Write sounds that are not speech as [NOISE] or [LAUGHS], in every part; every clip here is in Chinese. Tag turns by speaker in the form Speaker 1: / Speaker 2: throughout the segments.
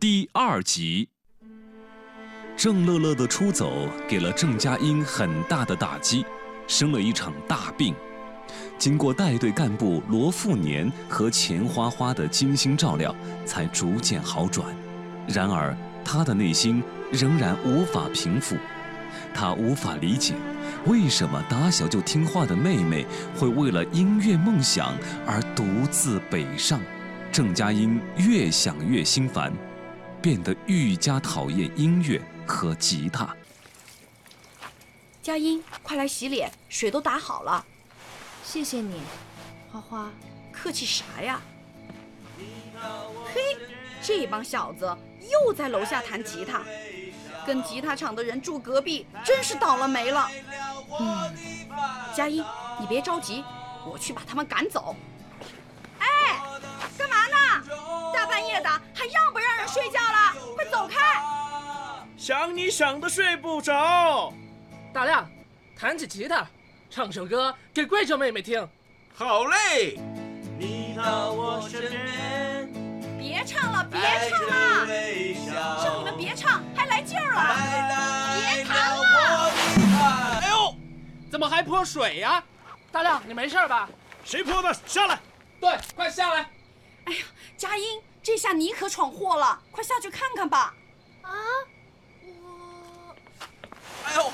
Speaker 1: 第二集。郑乐乐的出走给了郑佳音很大的打击，生了一场大病。经过带队干部罗富年和钱花花的精心照料，才逐渐好转。然而，他的内心仍然无法平复，他无法理解，为什么打小就听话的妹妹会为了音乐梦想而独自北上。郑佳音越想越心烦，变得愈加讨厌音乐和吉他。
Speaker 2: 佳音，快来洗脸，水都打好了。
Speaker 3: 谢谢你，花花。
Speaker 2: 客气啥呀？嘿，这帮小子又在楼下弹吉他，跟吉他厂的人住隔壁，真是倒了霉了。
Speaker 3: 嗯，
Speaker 2: 佳音，你别着急，我去把他们赶走。哎，干嘛呢？大半夜的，还让不让人睡觉了？快走开！
Speaker 4: 想你想的睡不着，
Speaker 5: 大亮，弹起吉他，唱首歌给贵州妹妹听。
Speaker 4: 好嘞。
Speaker 6: 你到我身边，
Speaker 2: 别唱了，别
Speaker 6: 带
Speaker 2: 唱
Speaker 6: 着
Speaker 2: 了，
Speaker 6: 微
Speaker 2: 叫你
Speaker 6: 笑，
Speaker 2: 们别唱，还来劲儿了。
Speaker 6: 来来
Speaker 2: 别
Speaker 6: 撩
Speaker 2: 弹
Speaker 6: 拨你吧。
Speaker 5: 哎呦，怎么还泼水呀、大亮，你没事吧？
Speaker 4: 谁泼的？上来！
Speaker 5: 对，快下来。
Speaker 2: 佳音，这下你可闯祸了，快下去看看吧。
Speaker 3: 啊，我，
Speaker 4: 哎呦，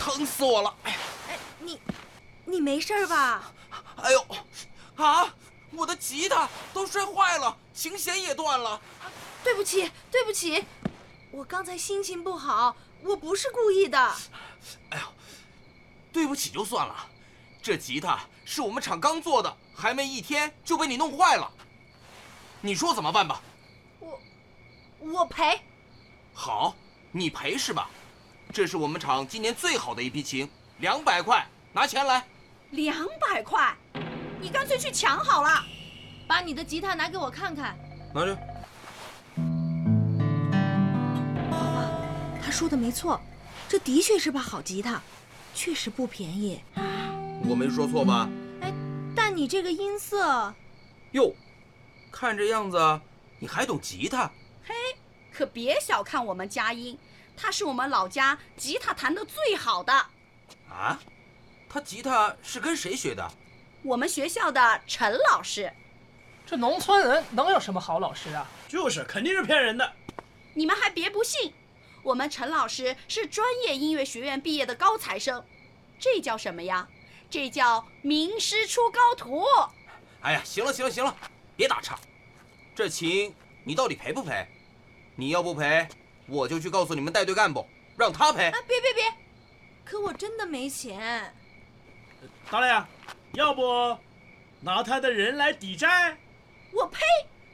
Speaker 4: 疼死我了！哎呀，
Speaker 3: 你，你没事吧？
Speaker 4: 哎呦，啊，我的吉他都摔坏了，琴弦也断了。
Speaker 3: 对不起，对不起，我刚才心情不好，我不是故意的。
Speaker 4: 对不起就算了，这吉他是我们厂刚做的，还没一天就被你弄坏了。你说怎么办吧？
Speaker 3: 我，我赔。
Speaker 4: 好，你赔是吧？这是我们厂今年最好的一批琴，两百块，拿钱来。
Speaker 2: 两百块，你干脆去抢好了。
Speaker 3: 把你的吉他拿给我看看。
Speaker 4: 拿着。
Speaker 3: 他说的没错，这的确是把好吉他，确实不便宜。
Speaker 4: 我没说错吧？
Speaker 3: 但你这个音色，
Speaker 4: 哟，看这样子，啊你还懂吉他？
Speaker 2: 可别小看我们佳音，她是我们老家吉他弹得最好的，
Speaker 4: 啊？他吉他是跟谁学的？
Speaker 2: 我们学校的陈老师。
Speaker 5: 这农村人能有什么好老师啊？
Speaker 7: 就是，肯定是骗人的。
Speaker 2: 你们还别不信，我们陈老师是专业音乐学院毕业的高材生，这叫什么呀？这叫名师出高徒。
Speaker 3: 啊
Speaker 4: 哎呀，行了行了行了，别打岔。这琴你到底赔不赔？你要不赔，我就去告诉你们带队干部，让他赔。
Speaker 3: 啊，别别别！可我真的没钱。
Speaker 7: 大亮，要不拿他的人来抵债？
Speaker 2: 我呸！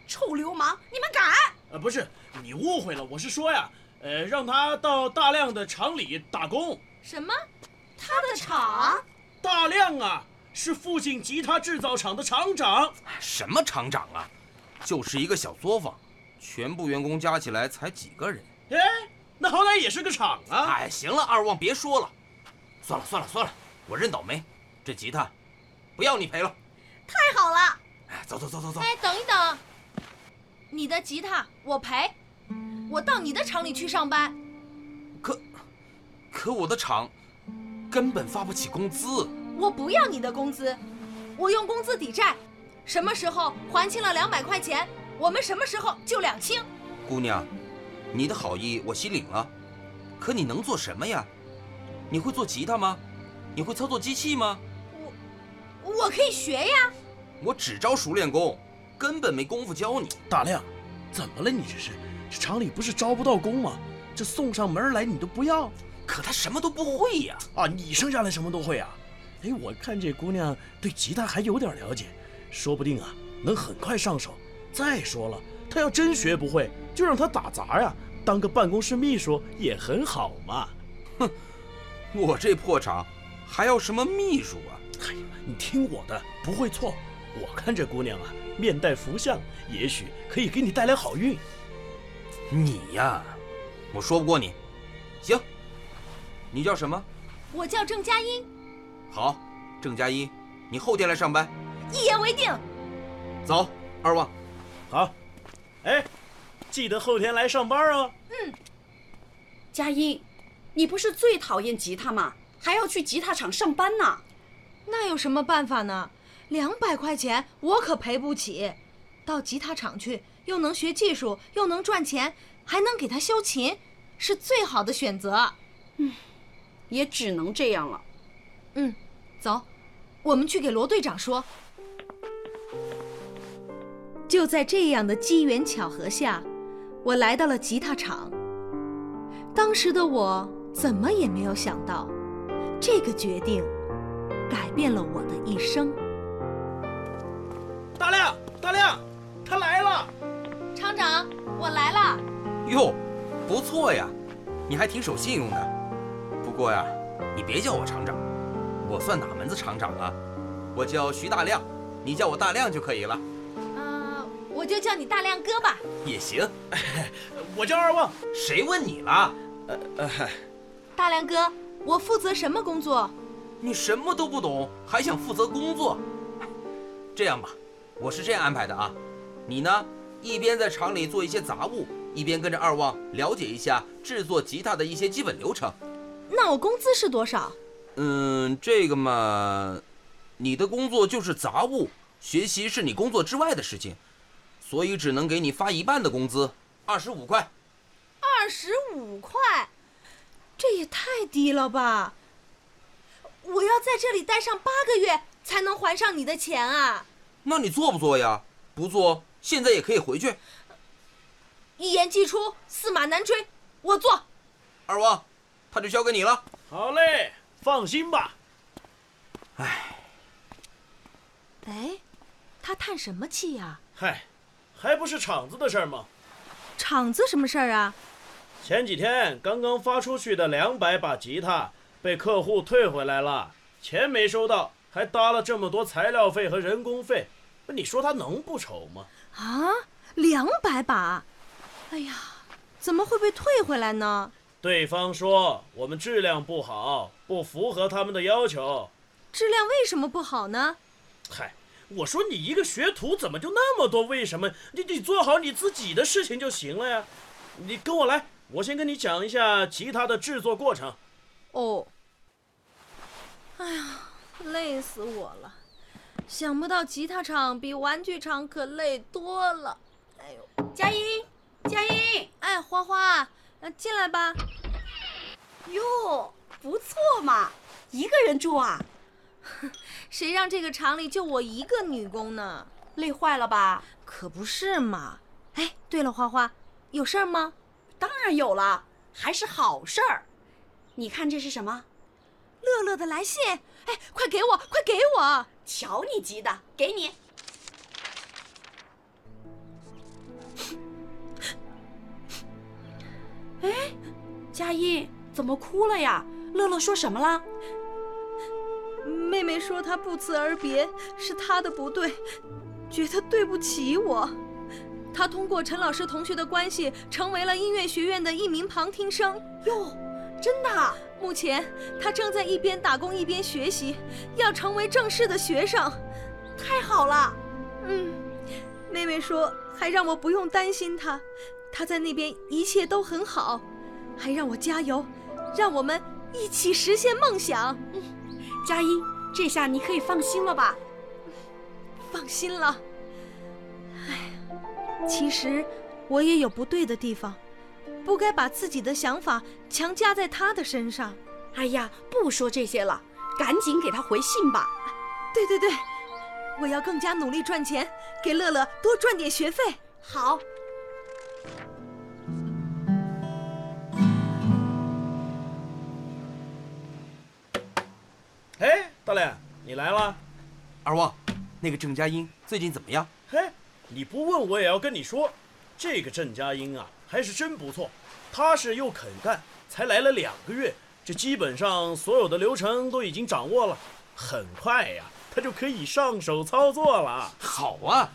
Speaker 2: 臭流氓，你们敢？
Speaker 7: 呃，不是，你误会了，我是说呀，呃，让他到大亮的厂里打工。
Speaker 3: 什么？
Speaker 2: 他的厂？
Speaker 7: 大亮啊，是附近吉他制造厂的厂长。
Speaker 4: 什么厂长啊？就是一个小作坊，全部员工加起来才几个人。
Speaker 7: 哎，那好歹也是个厂啊。
Speaker 4: 哎，行了，二旺别说了，算了算了算了，我认倒霉，这吉他不要你赔了。
Speaker 2: 太好了，
Speaker 4: 哎，走走走走走。
Speaker 3: 哎，等一等，你的吉他我赔，我到你的厂里去上班。
Speaker 4: 可可我的厂根本发不起工资，
Speaker 3: 我不要你的工资，我用工资抵债。什么时候还清了两百块钱，我们什么时候就两清。
Speaker 4: 姑娘，你的好意我心领了，可你能做什么呀？你会做吉他吗？你会操作机器吗？
Speaker 3: 我可以学呀，
Speaker 4: 我只招熟练工，根本没工夫教你。
Speaker 7: 大亮，怎么了？你这是？这厂里不是招不到工吗？这送上门来你都不要
Speaker 4: 可他什么都不会呀。
Speaker 7: 啊？你生下来什么都会啊？哎，我看这姑娘对吉他还有点了解，说不定啊能很快上手。再说了，她要真学不会，就让她打杂呀、当个办公室秘书也很好嘛。
Speaker 4: 我这破厂还要什么秘书啊？
Speaker 7: 哎你听我的，不会错。我看这姑娘啊，面带福相，也许可以给你带来好运。
Speaker 4: 你呀、我说不过你。行，你叫什么？
Speaker 3: 我叫郑佳音，
Speaker 4: 好，郑佳一，你后天来上班。
Speaker 3: 一言为定。
Speaker 4: 走，二旺。
Speaker 7: 好，哎，记得后天来上班哦。
Speaker 2: 佳音，你不是最讨厌吉他吗？还要去吉他厂上班呢。
Speaker 3: 那有什么办法呢？两百块钱我可赔不起。到吉他厂去，又能学技术，又能赚钱，还能给他修琴，是最好的选择。
Speaker 2: 也只能这样了。
Speaker 3: 嗯，走，我们去给罗队长说。就在这样的机缘巧合下，我来到了吉他厂。当时的我怎么也没有想到，这个决定改变了我的一生。
Speaker 6: 大亮，大亮，他来了！
Speaker 3: 厂长，我来了。
Speaker 4: 哟，不错呀，你还挺守信用的。不过呀，你别叫我厂长，我算哪门子厂长啊？我叫徐大亮，你叫我大亮就可以了，
Speaker 3: 呃，我就叫你大亮哥吧。
Speaker 4: 也行。
Speaker 6: 我叫二旺。
Speaker 4: 谁问你了？
Speaker 3: 大亮哥，我负责什么工作？
Speaker 4: 你什么都不懂，还想负责工作？这样吧，我是这样安排的啊，你呢，一边在厂里做一些杂务，一边跟着二旺了解一下制作吉他的一些基本流程。
Speaker 3: 那我工资是多少？
Speaker 4: 嗯，这个嘛，你的工作就是杂务，学习是你工作之外的事情，所以只能给你发一半的工资，二十五块。
Speaker 3: 二十五块，这也太低了吧！我要在这里待上八个月才能还上你的钱啊！
Speaker 4: 那你做不做呀？不做，现在也可以回去。
Speaker 3: 一言既出，驷马难追，我做。
Speaker 4: 二旺，他就交给你了。
Speaker 6: 好嘞，
Speaker 7: 放心吧，
Speaker 3: 哎，他叹什么气呀、
Speaker 7: 嗨，还不是厂子的事儿吗？
Speaker 3: 厂子什么事儿啊？
Speaker 7: 前几天刚刚发出去的两百把吉他被客户退回来了，钱没收到，还搭了这么多材料费和人工费，那你说他能不愁吗？
Speaker 3: 啊，两百把！哎呀，怎么会被退回来呢？
Speaker 7: 对方说我们质量不好，不符合他们的要求。
Speaker 3: 质量为什么不好呢？
Speaker 7: 嗨，我说你一个学徒怎么就那么多为什么？你你做好你自己的事情就行了呀。你跟我来，我先跟你讲一下吉他的制作过程。
Speaker 3: 哦，哎呀，累死我了！想不到吉他厂比玩具厂可累多了。哎呦，
Speaker 2: 佳音，佳音，
Speaker 3: 哎，花花，呃，进来吧。
Speaker 2: 哟，不错嘛，一个人住啊，
Speaker 3: 谁让这个厂里就我一个女工呢？
Speaker 2: 累坏了吧？
Speaker 3: 可不是嘛。哎，对了，花花，有事儿吗？
Speaker 2: 当然有了，还是好事儿。你看这是什么？
Speaker 3: 乐乐的来信，哎，快给我，快给我！
Speaker 2: 瞧你急的，给你。 [LAUGHS] 哎，佳音，怎么哭了呀？乐乐说什么了？
Speaker 3: 妹妹说她不辞而别是她的不对，觉得对不起我。她通过陈老师同学的关系，成为了音乐学院的一名旁听生。
Speaker 2: 哟，真的啊？
Speaker 3: 目前，她正在一边打工一边学习，要成为正式的学生。
Speaker 2: 太好了！
Speaker 3: 嗯，妹妹说还让我不用担心她，她在那边一切都很好，还让我加油，让我们一起实现梦想。
Speaker 2: 佳音，这下你可以放心了吧？
Speaker 3: 放心了。哎，其实我也有不对的地方，不该把自己的想法强加在他的身上。
Speaker 2: 哎呀，不说这些了，赶紧给他回信吧。
Speaker 3: 对对对，我要更加努力赚钱，给乐乐多赚点学费。
Speaker 2: 好，
Speaker 6: 哎，大亮，你来了。
Speaker 4: 二旺，那个郑佳音最近怎么样？
Speaker 6: 嘿，你不问我也要跟你说，这个郑佳音啊，还是真不错，踏实又肯干，才来了两个月，这基本上所有的流程都已经掌握了，很快呀、他就可以上手操作了。
Speaker 4: 好啊，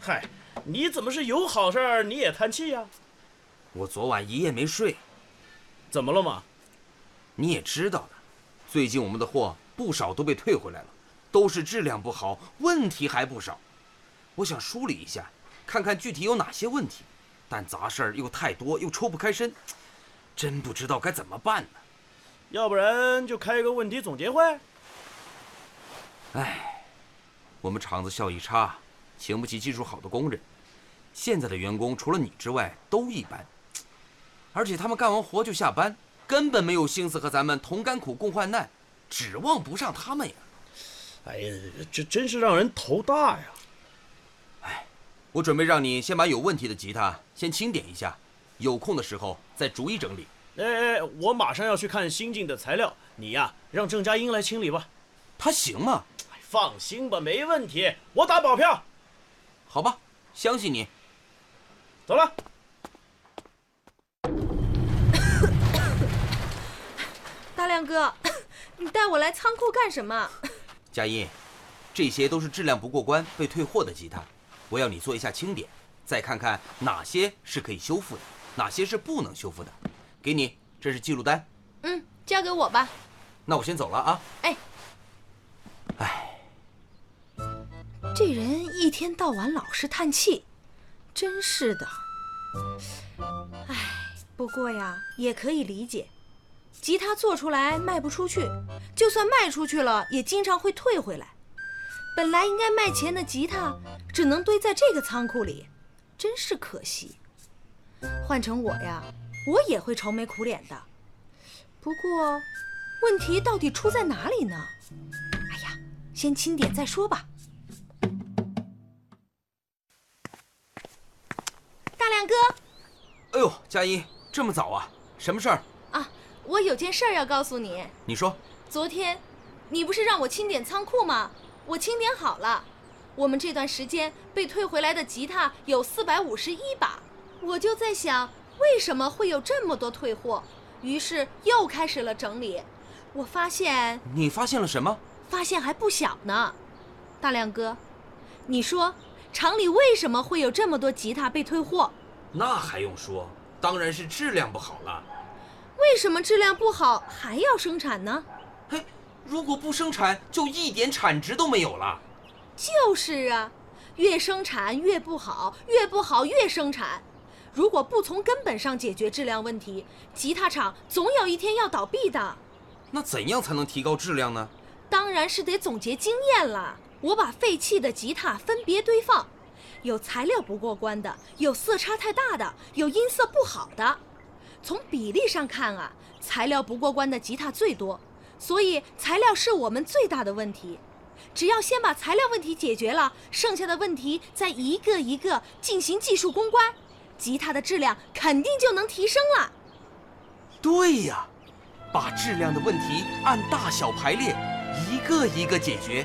Speaker 6: 嗨，你怎么是有好事儿你也叹气呀、
Speaker 4: 我昨晚一夜没睡，
Speaker 6: 怎么了嘛？
Speaker 4: 你也知道的，最近我们的货不少都被退回来了，都是质量不好，问题还不少。我想梳理一下，看看具体有哪些问题，但杂事儿又太多，又抽不开身，真不知道该怎么办呢。
Speaker 6: 要不然就开个问题总结会。
Speaker 4: 唉，我们厂子效益差，请不起技术好的工人。现在的员工除了你之外都一般，而且他们干完活就下班，根本没有心思和咱们同甘苦共患难，指望不上他们呀。
Speaker 6: 哎呀，这真是让人头大呀！
Speaker 4: 我准备让你先把有问题的吉他先清点一下，有空的时候再逐一整理。
Speaker 6: 哎哎，我马上要去看新进的材料，你呀、让郑佳英来清理吧。
Speaker 4: 他行吗？
Speaker 6: 哎放心吧，没问题，我打保票。
Speaker 4: 好吧，相信你。
Speaker 6: 走了。
Speaker 3: 大亮哥， [COUGHS] 你带我来仓库干什么？
Speaker 4: 佳音，这些都是质量不过关被退货的吉他，我要你做一下清点，再看看哪些是可以修复的，哪些是不能修复的。给你，这是记录单。
Speaker 3: 嗯，交给我吧。
Speaker 4: 那我先走了啊。
Speaker 3: 哎，
Speaker 4: 唉，
Speaker 3: 这人一天到晚老是叹气，真是的。唉，不过呀，也可以理解，吉他做出来卖不出去，就算卖出去了，也经常会退回来。本来应该卖钱的吉他，只能堆在这个仓库里，真是可惜。换成我呀，我也会愁眉苦脸的。不过，问题到底出在哪里呢？哎呀，先清点再说吧。大亮哥
Speaker 4: 哎呦，佳音，这么早啊？什么事儿？
Speaker 3: 啊，我有件事儿要告诉你。
Speaker 4: 你说。
Speaker 3: 昨天，你不是让我清点仓库吗？我清点好了，我们这段时间被退回来的吉他有四百五十一把，我就在想为什么会有这么多退货，于是又开始了整理。我发现，
Speaker 4: 你发现了什么？
Speaker 3: 发现还不小呢。大亮哥，你说厂里为什么会有这么多吉他被退货？
Speaker 4: 那还用说？当然是质量不好了。
Speaker 3: 为什么质量不好还要生产呢？
Speaker 4: 嘿，如果不生产，就一点产值都没有了。
Speaker 3: 就是啊，越生产越不好，越不好越生产。如果不从根本上解决质量问题，吉他厂总有一天要倒闭的。
Speaker 4: 那怎样才能提高质量呢？
Speaker 3: 当然是得总结经验啦。我把废弃的吉他分别堆放，有材料不过关的，有色差太大的，有音色不好的。从比例上看啊，材料不过关的吉他最多，所以材料是我们最大的问题。只要先把材料问题解决了，剩下的问题再一个一个进行技术攻关，吉他的质量肯定就能提升了。
Speaker 4: 对呀，把质量的问题按大小排列，一个一个解决，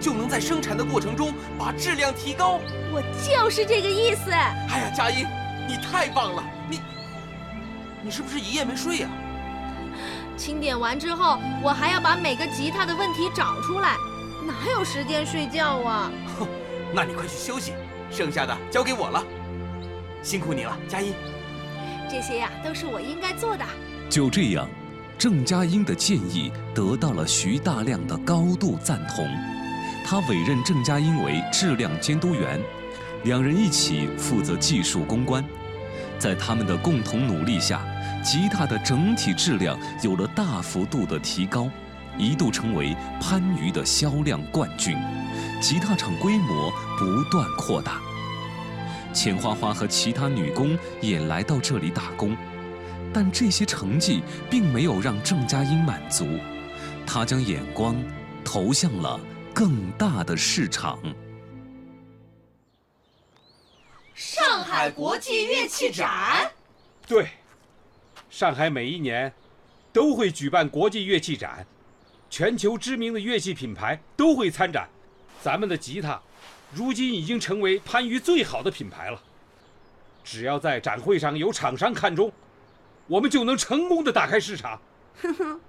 Speaker 4: 就能在生产的过程中把质量提高。
Speaker 3: 我就是这个意思。
Speaker 4: 哎呀，佳音，你太棒了！你，你是不是一夜没睡呀、
Speaker 3: 清点完之后，我还要把每个吉他的问题找出来，哪有时间睡觉啊？
Speaker 4: 那你快去休息，剩下的交给我了。辛苦你了，佳音。
Speaker 3: 这些呀、都是我应该做的。
Speaker 1: 就这样，郑佳英的建议得到了徐大亮的高度赞同，他委任郑佳英为质量监督员，两人一起负责技术攻关。在他们的共同努力下，吉他的整体质量有了大幅度的提高，一度成为番禺的销量冠军，吉他厂规模不断扩大。钱花花和其他女工也来到这里打工。但这些成绩并没有让郑佳英满足，她将眼光投向了更大的市场。
Speaker 2: 上海国际乐器展，
Speaker 8: 对，上海每一年都会举办国际乐器展，全球知名的乐器品牌都会参展。咱们的吉他，如今已经成为番禺最好的品牌了。只要在展会上有厂商看中，我们就能成功的打开市场。 [LAUGHS]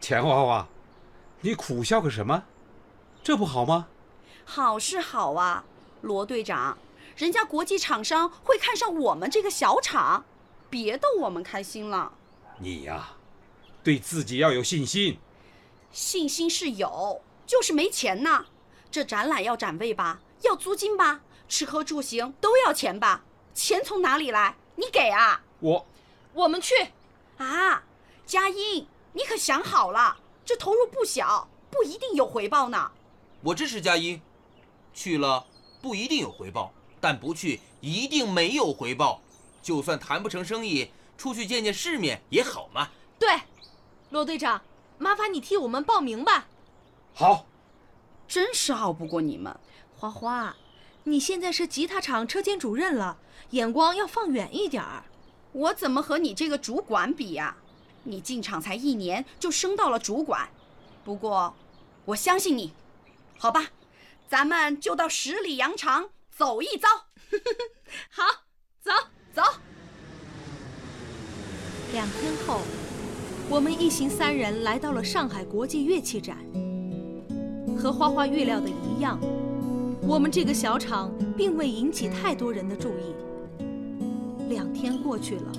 Speaker 8: 钱花花，你苦笑个什么？这不好吗？
Speaker 2: 好是好啊，罗队长，人家国际厂商会看上我们这个小厂，别逗我们开心了。
Speaker 8: 你呀、对自己要有信心。
Speaker 2: 信心是有，就是没钱呐。这展览要展位吧，要租金吧，吃喝住行都要钱吧？钱从哪里来？你给啊？
Speaker 8: 我
Speaker 9: 我们去，
Speaker 2: 啊，佳音，你可想好了，这投入不小，不一定有回报呢。
Speaker 4: 我支持佳音，去了不一定有回报，但不去一定没有回报。就算谈不成生意，出去见见世面也好嘛。
Speaker 9: 对，罗队长，麻烦你替我们报名吧。
Speaker 8: 好，
Speaker 2: 真是拗不过你们。
Speaker 3: 花花，你现在是吉他厂车间主任了，眼光要放远一点儿。
Speaker 2: 我怎么和你这个主管比呀、你进厂才一年就升到了主管，不过我相信你，好吧？咱们就到十里洋场走一遭。
Speaker 9: 好，走。
Speaker 2: 走，
Speaker 3: 两天后，我们一行三人来到了上海国际乐器展。和花花预料的一样，我们这个小厂并未引起太多人的注意。两天过去了，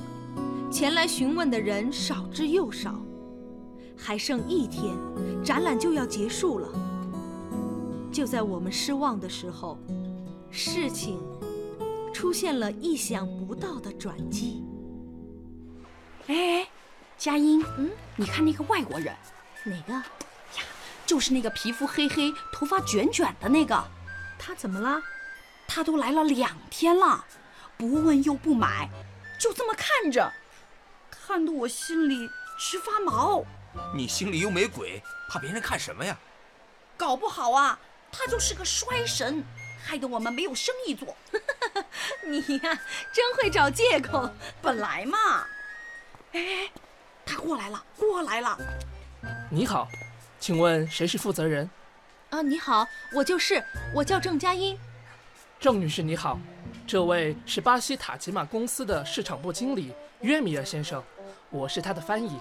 Speaker 3: 前来询问的人少之又少，还剩一天，展览就要结束了。就在我们失望的时候，事情出现了意想不到的转机。
Speaker 2: 哎，佳音，嗯，你看那个外国人，
Speaker 3: 哪个？
Speaker 2: 就是那个皮肤黑黑、头发卷卷的那个，
Speaker 3: 他怎么了？
Speaker 2: 他都来了两天了，不问又不买，就这么看着，看得我心里直发毛。
Speaker 4: 你心里又没鬼，怕别人看什么呀？
Speaker 2: 搞不好啊，他就是个衰神，害得我们没有生意做。 [LAUGHS]
Speaker 9: [LAUGHS] 你呀、真会找借口。
Speaker 2: 本来嘛，哎，他过来了，过来了。
Speaker 5: 你好，请问谁是负责人？
Speaker 3: 啊，你好，我就是，我叫郑佳音。
Speaker 5: 郑女士你好，这位是巴西塔吉马公司的市场部经理约米尔先生，我是他的翻译。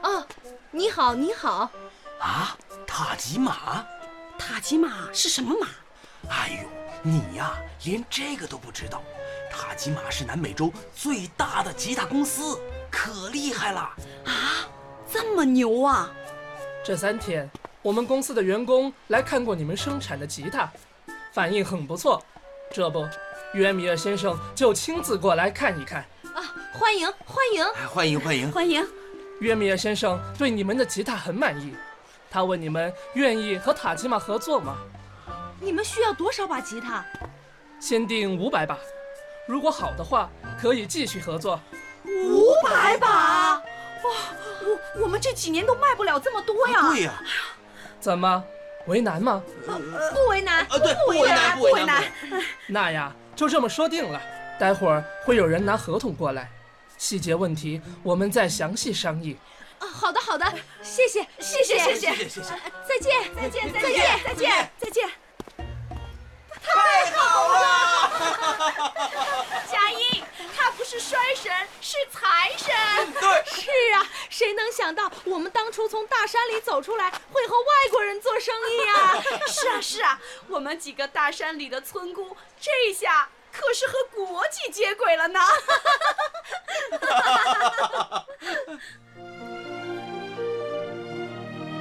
Speaker 3: 啊，你好，你好。
Speaker 7: 啊，塔吉马？
Speaker 2: 塔吉马是什么马？
Speaker 7: 哎呦，你呀、连这个都不知道。塔吉马是南美洲最大的吉他公司，可厉害了。
Speaker 2: 这么牛啊！
Speaker 5: 这三天，我们公司的员工来看过你们生产的吉他，反应很不错。这不，约米尔先生就亲自过来看一看。
Speaker 9: 啊欢迎，欢迎，
Speaker 4: 哎，欢迎欢迎！
Speaker 9: 欢迎。
Speaker 5: 约米尔先生对你们的吉他很满意，他问你们愿意和塔吉玛合作吗？
Speaker 3: 你们需要多少把吉他？
Speaker 5: 先定五百把，如果好的话，可以继续合作。
Speaker 2: 五百把，哇，我我们这几年都卖不了这么多呀。
Speaker 4: 啊对呀、
Speaker 5: 怎么，为难吗？
Speaker 9: 不为难，
Speaker 4: 啊，对，不为难不为难。
Speaker 5: 那呀，就这么说定了。待会儿会有人拿合同过来，细节问题我们再详细商议。
Speaker 9: 啊好的，好的，谢谢，谢谢，谢谢，
Speaker 4: 谢谢谢谢。
Speaker 9: 再见，再见，再见，再见，再见。
Speaker 4: 哎啊
Speaker 2: 佳音，他不是衰神，是财神。
Speaker 4: 对，
Speaker 9: 是啊，谁能想到我们当初从大山里走出来，会和外国人做生意啊？
Speaker 2: [LAUGHS] 是啊，是啊，我们几个大山里的村姑，这下可是和国际接轨了呢。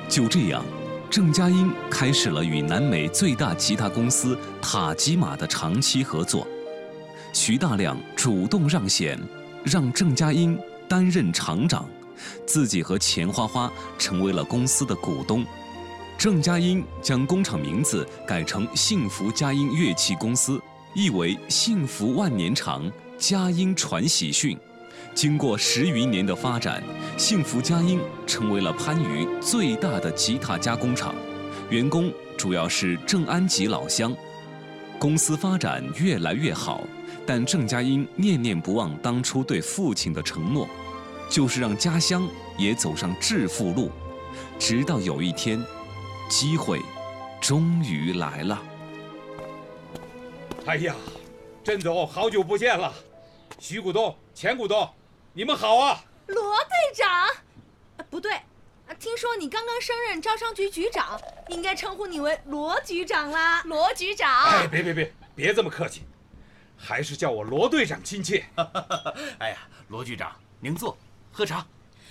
Speaker 1: 就这样，郑佳音开始了与南美最大吉他公司塔吉马的长期合作。徐大亮主动让贤，让郑佳音担任厂长，自己和钱花花成为了公司的股东。郑佳音将工厂名字改成幸福佳音乐器公司，译为幸福万年厂，佳音传喜讯。经过十余年的发展，幸福佳音成为了番禺最大的吉他加工厂，员工主要是正安吉老乡。公司发展越来越好，但郑佳音念念不忘当初对父亲的承诺，就是让家乡也走上致富路。直到有一天，机会终于来了。
Speaker 8: 哎呀，郑总，好久不见了，徐股东、钱股东，你们好啊！
Speaker 9: 罗队长，呃不对，呃听说你刚刚升任招商局局长，应该称呼你为罗局长啦。罗局
Speaker 8: 哎，
Speaker 9: 长，
Speaker 8: 别别别，别这么客气，还是叫我罗队长亲切。
Speaker 4: 哎呀，罗局长，您坐，喝茶。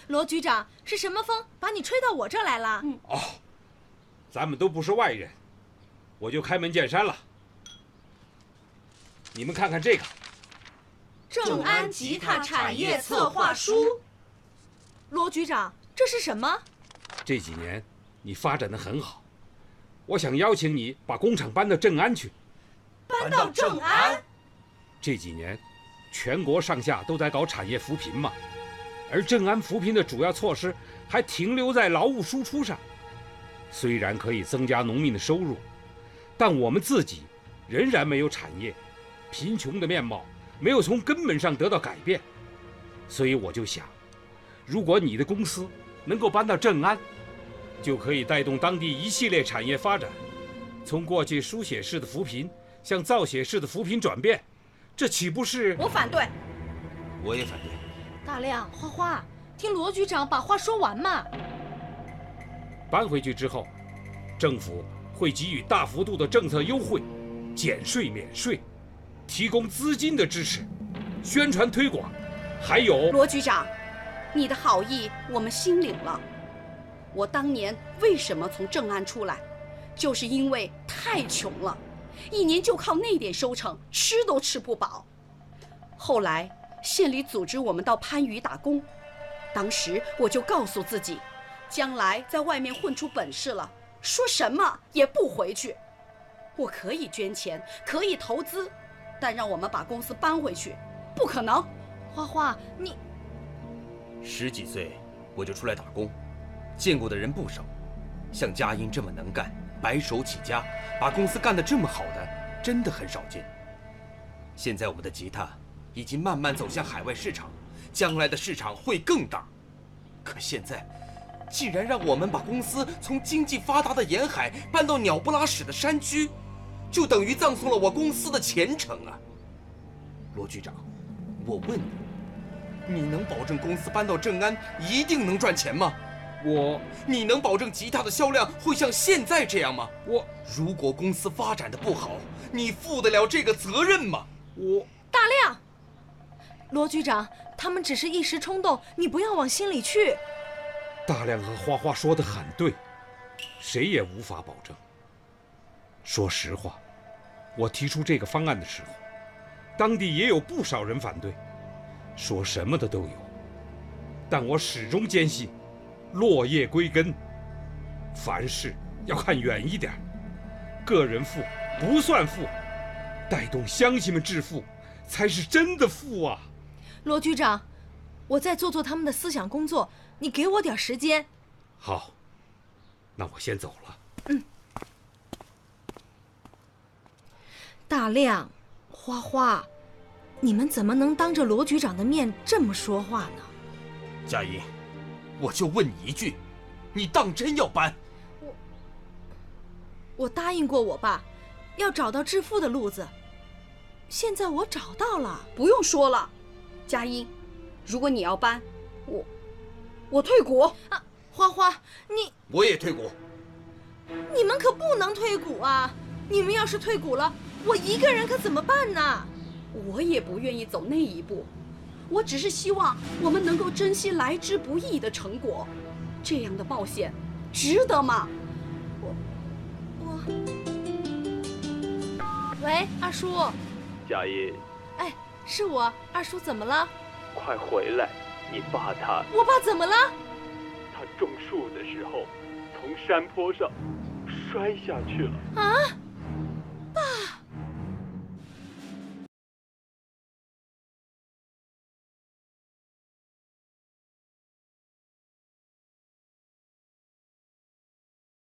Speaker 9: 罗局长是什么风把你吹到我这儿来了？
Speaker 8: 咱们都不是外人，我就开门见山了。你们看看这个，
Speaker 3: 正安吉他产业策划书。罗局长，这是什么？
Speaker 8: 这几年你发展的很好，我想邀请你把工厂搬到正安去。
Speaker 3: 搬到正安。
Speaker 8: 这几年，全国上下都在搞产业扶贫嘛，而正安扶贫的主要措施还停留在劳务输出上。虽然可以增加农民的收入，但我们自己仍然没有产业，贫穷的面貌没有从根本上得到改变。所以我就想，如果你的公司能够搬到正安，就可以带动当地一系列产业发展，从过去书写式的扶贫向造血式的扶贫转变，这岂不是？
Speaker 2: 我反对。
Speaker 4: 我也反对。
Speaker 3: 大亮、花花，听罗局长把话说完嘛。
Speaker 8: 搬回去之后，政府会给予大幅度的政策优惠，减税免税，提供资金的支持，宣传推广，还有
Speaker 2: 罗局长，你的好意我们心领了。我当年为什么从正安出来，就是因为太穷了，一年就靠那点收成，吃都吃不饱。后来县里组织我们到番禺打工，当时我就告诉自己，将来在外面混出本事了，说什么也不回去。我可以捐钱，可以投资，但让我们把公司搬回去，不可能。
Speaker 3: 花花，你
Speaker 4: 十几岁我就出来打工，见过的人不少。像佳音这么能干、白手起家，把公司干得这么好的，真的很少见。现在我们的吉他已经慢慢走向海外市场，将来的市场会更大。可现在，既然让我们把公司从经济发达的沿海搬到鸟不拉屎的山区，就等于葬送了我公司的前程啊！罗局长，我问你，你能保证公司搬到正安一定能赚钱吗？
Speaker 8: 我
Speaker 4: 你能保证吉他的销量会像现在这样吗？
Speaker 8: 我
Speaker 4: 如果公司发展的不好，你负得了这个责任吗？
Speaker 8: 我
Speaker 3: 大亮，罗局长，他们只是一时冲动，你不要往心里去。
Speaker 8: 大亮和花花说的很对，谁也无法保证。说实话，我提出这个方案的时候，当地也有不少人反对，说什么的都有。但我始终坚信，落叶归根，凡事要看远一点儿。个人富不算富，带动乡亲们致富才是真的富啊！
Speaker 3: 罗局长，我再做做他们的思想工作，你给我点时间。
Speaker 8: 好，那我先走了。
Speaker 3: 大亮，花花，你们怎么能当着罗局长的面这么说话呢？
Speaker 4: 佳音，我就问你一句，你当真要搬？
Speaker 3: 我答应过我爸，要找到致富的路子。现在我找到了，
Speaker 2: 不用说了，佳音，如果你要搬，我我退股。
Speaker 3: 啊花花，你
Speaker 4: 我也退股。
Speaker 3: 你们可不能退股啊！你们要是退股了，我一个人可怎么办呢？
Speaker 2: 我也不愿意走那一步，我只是希望我们能够珍惜来之不易的成果，这样的冒险值得吗？
Speaker 3: 喂，二叔，
Speaker 10: 佳音，
Speaker 3: 哎，是我，二叔怎么了？
Speaker 10: 快回来！你爸他
Speaker 3: 我爸怎么了？
Speaker 10: 他种树的时候，从山坡上摔下去了。
Speaker 3: 啊！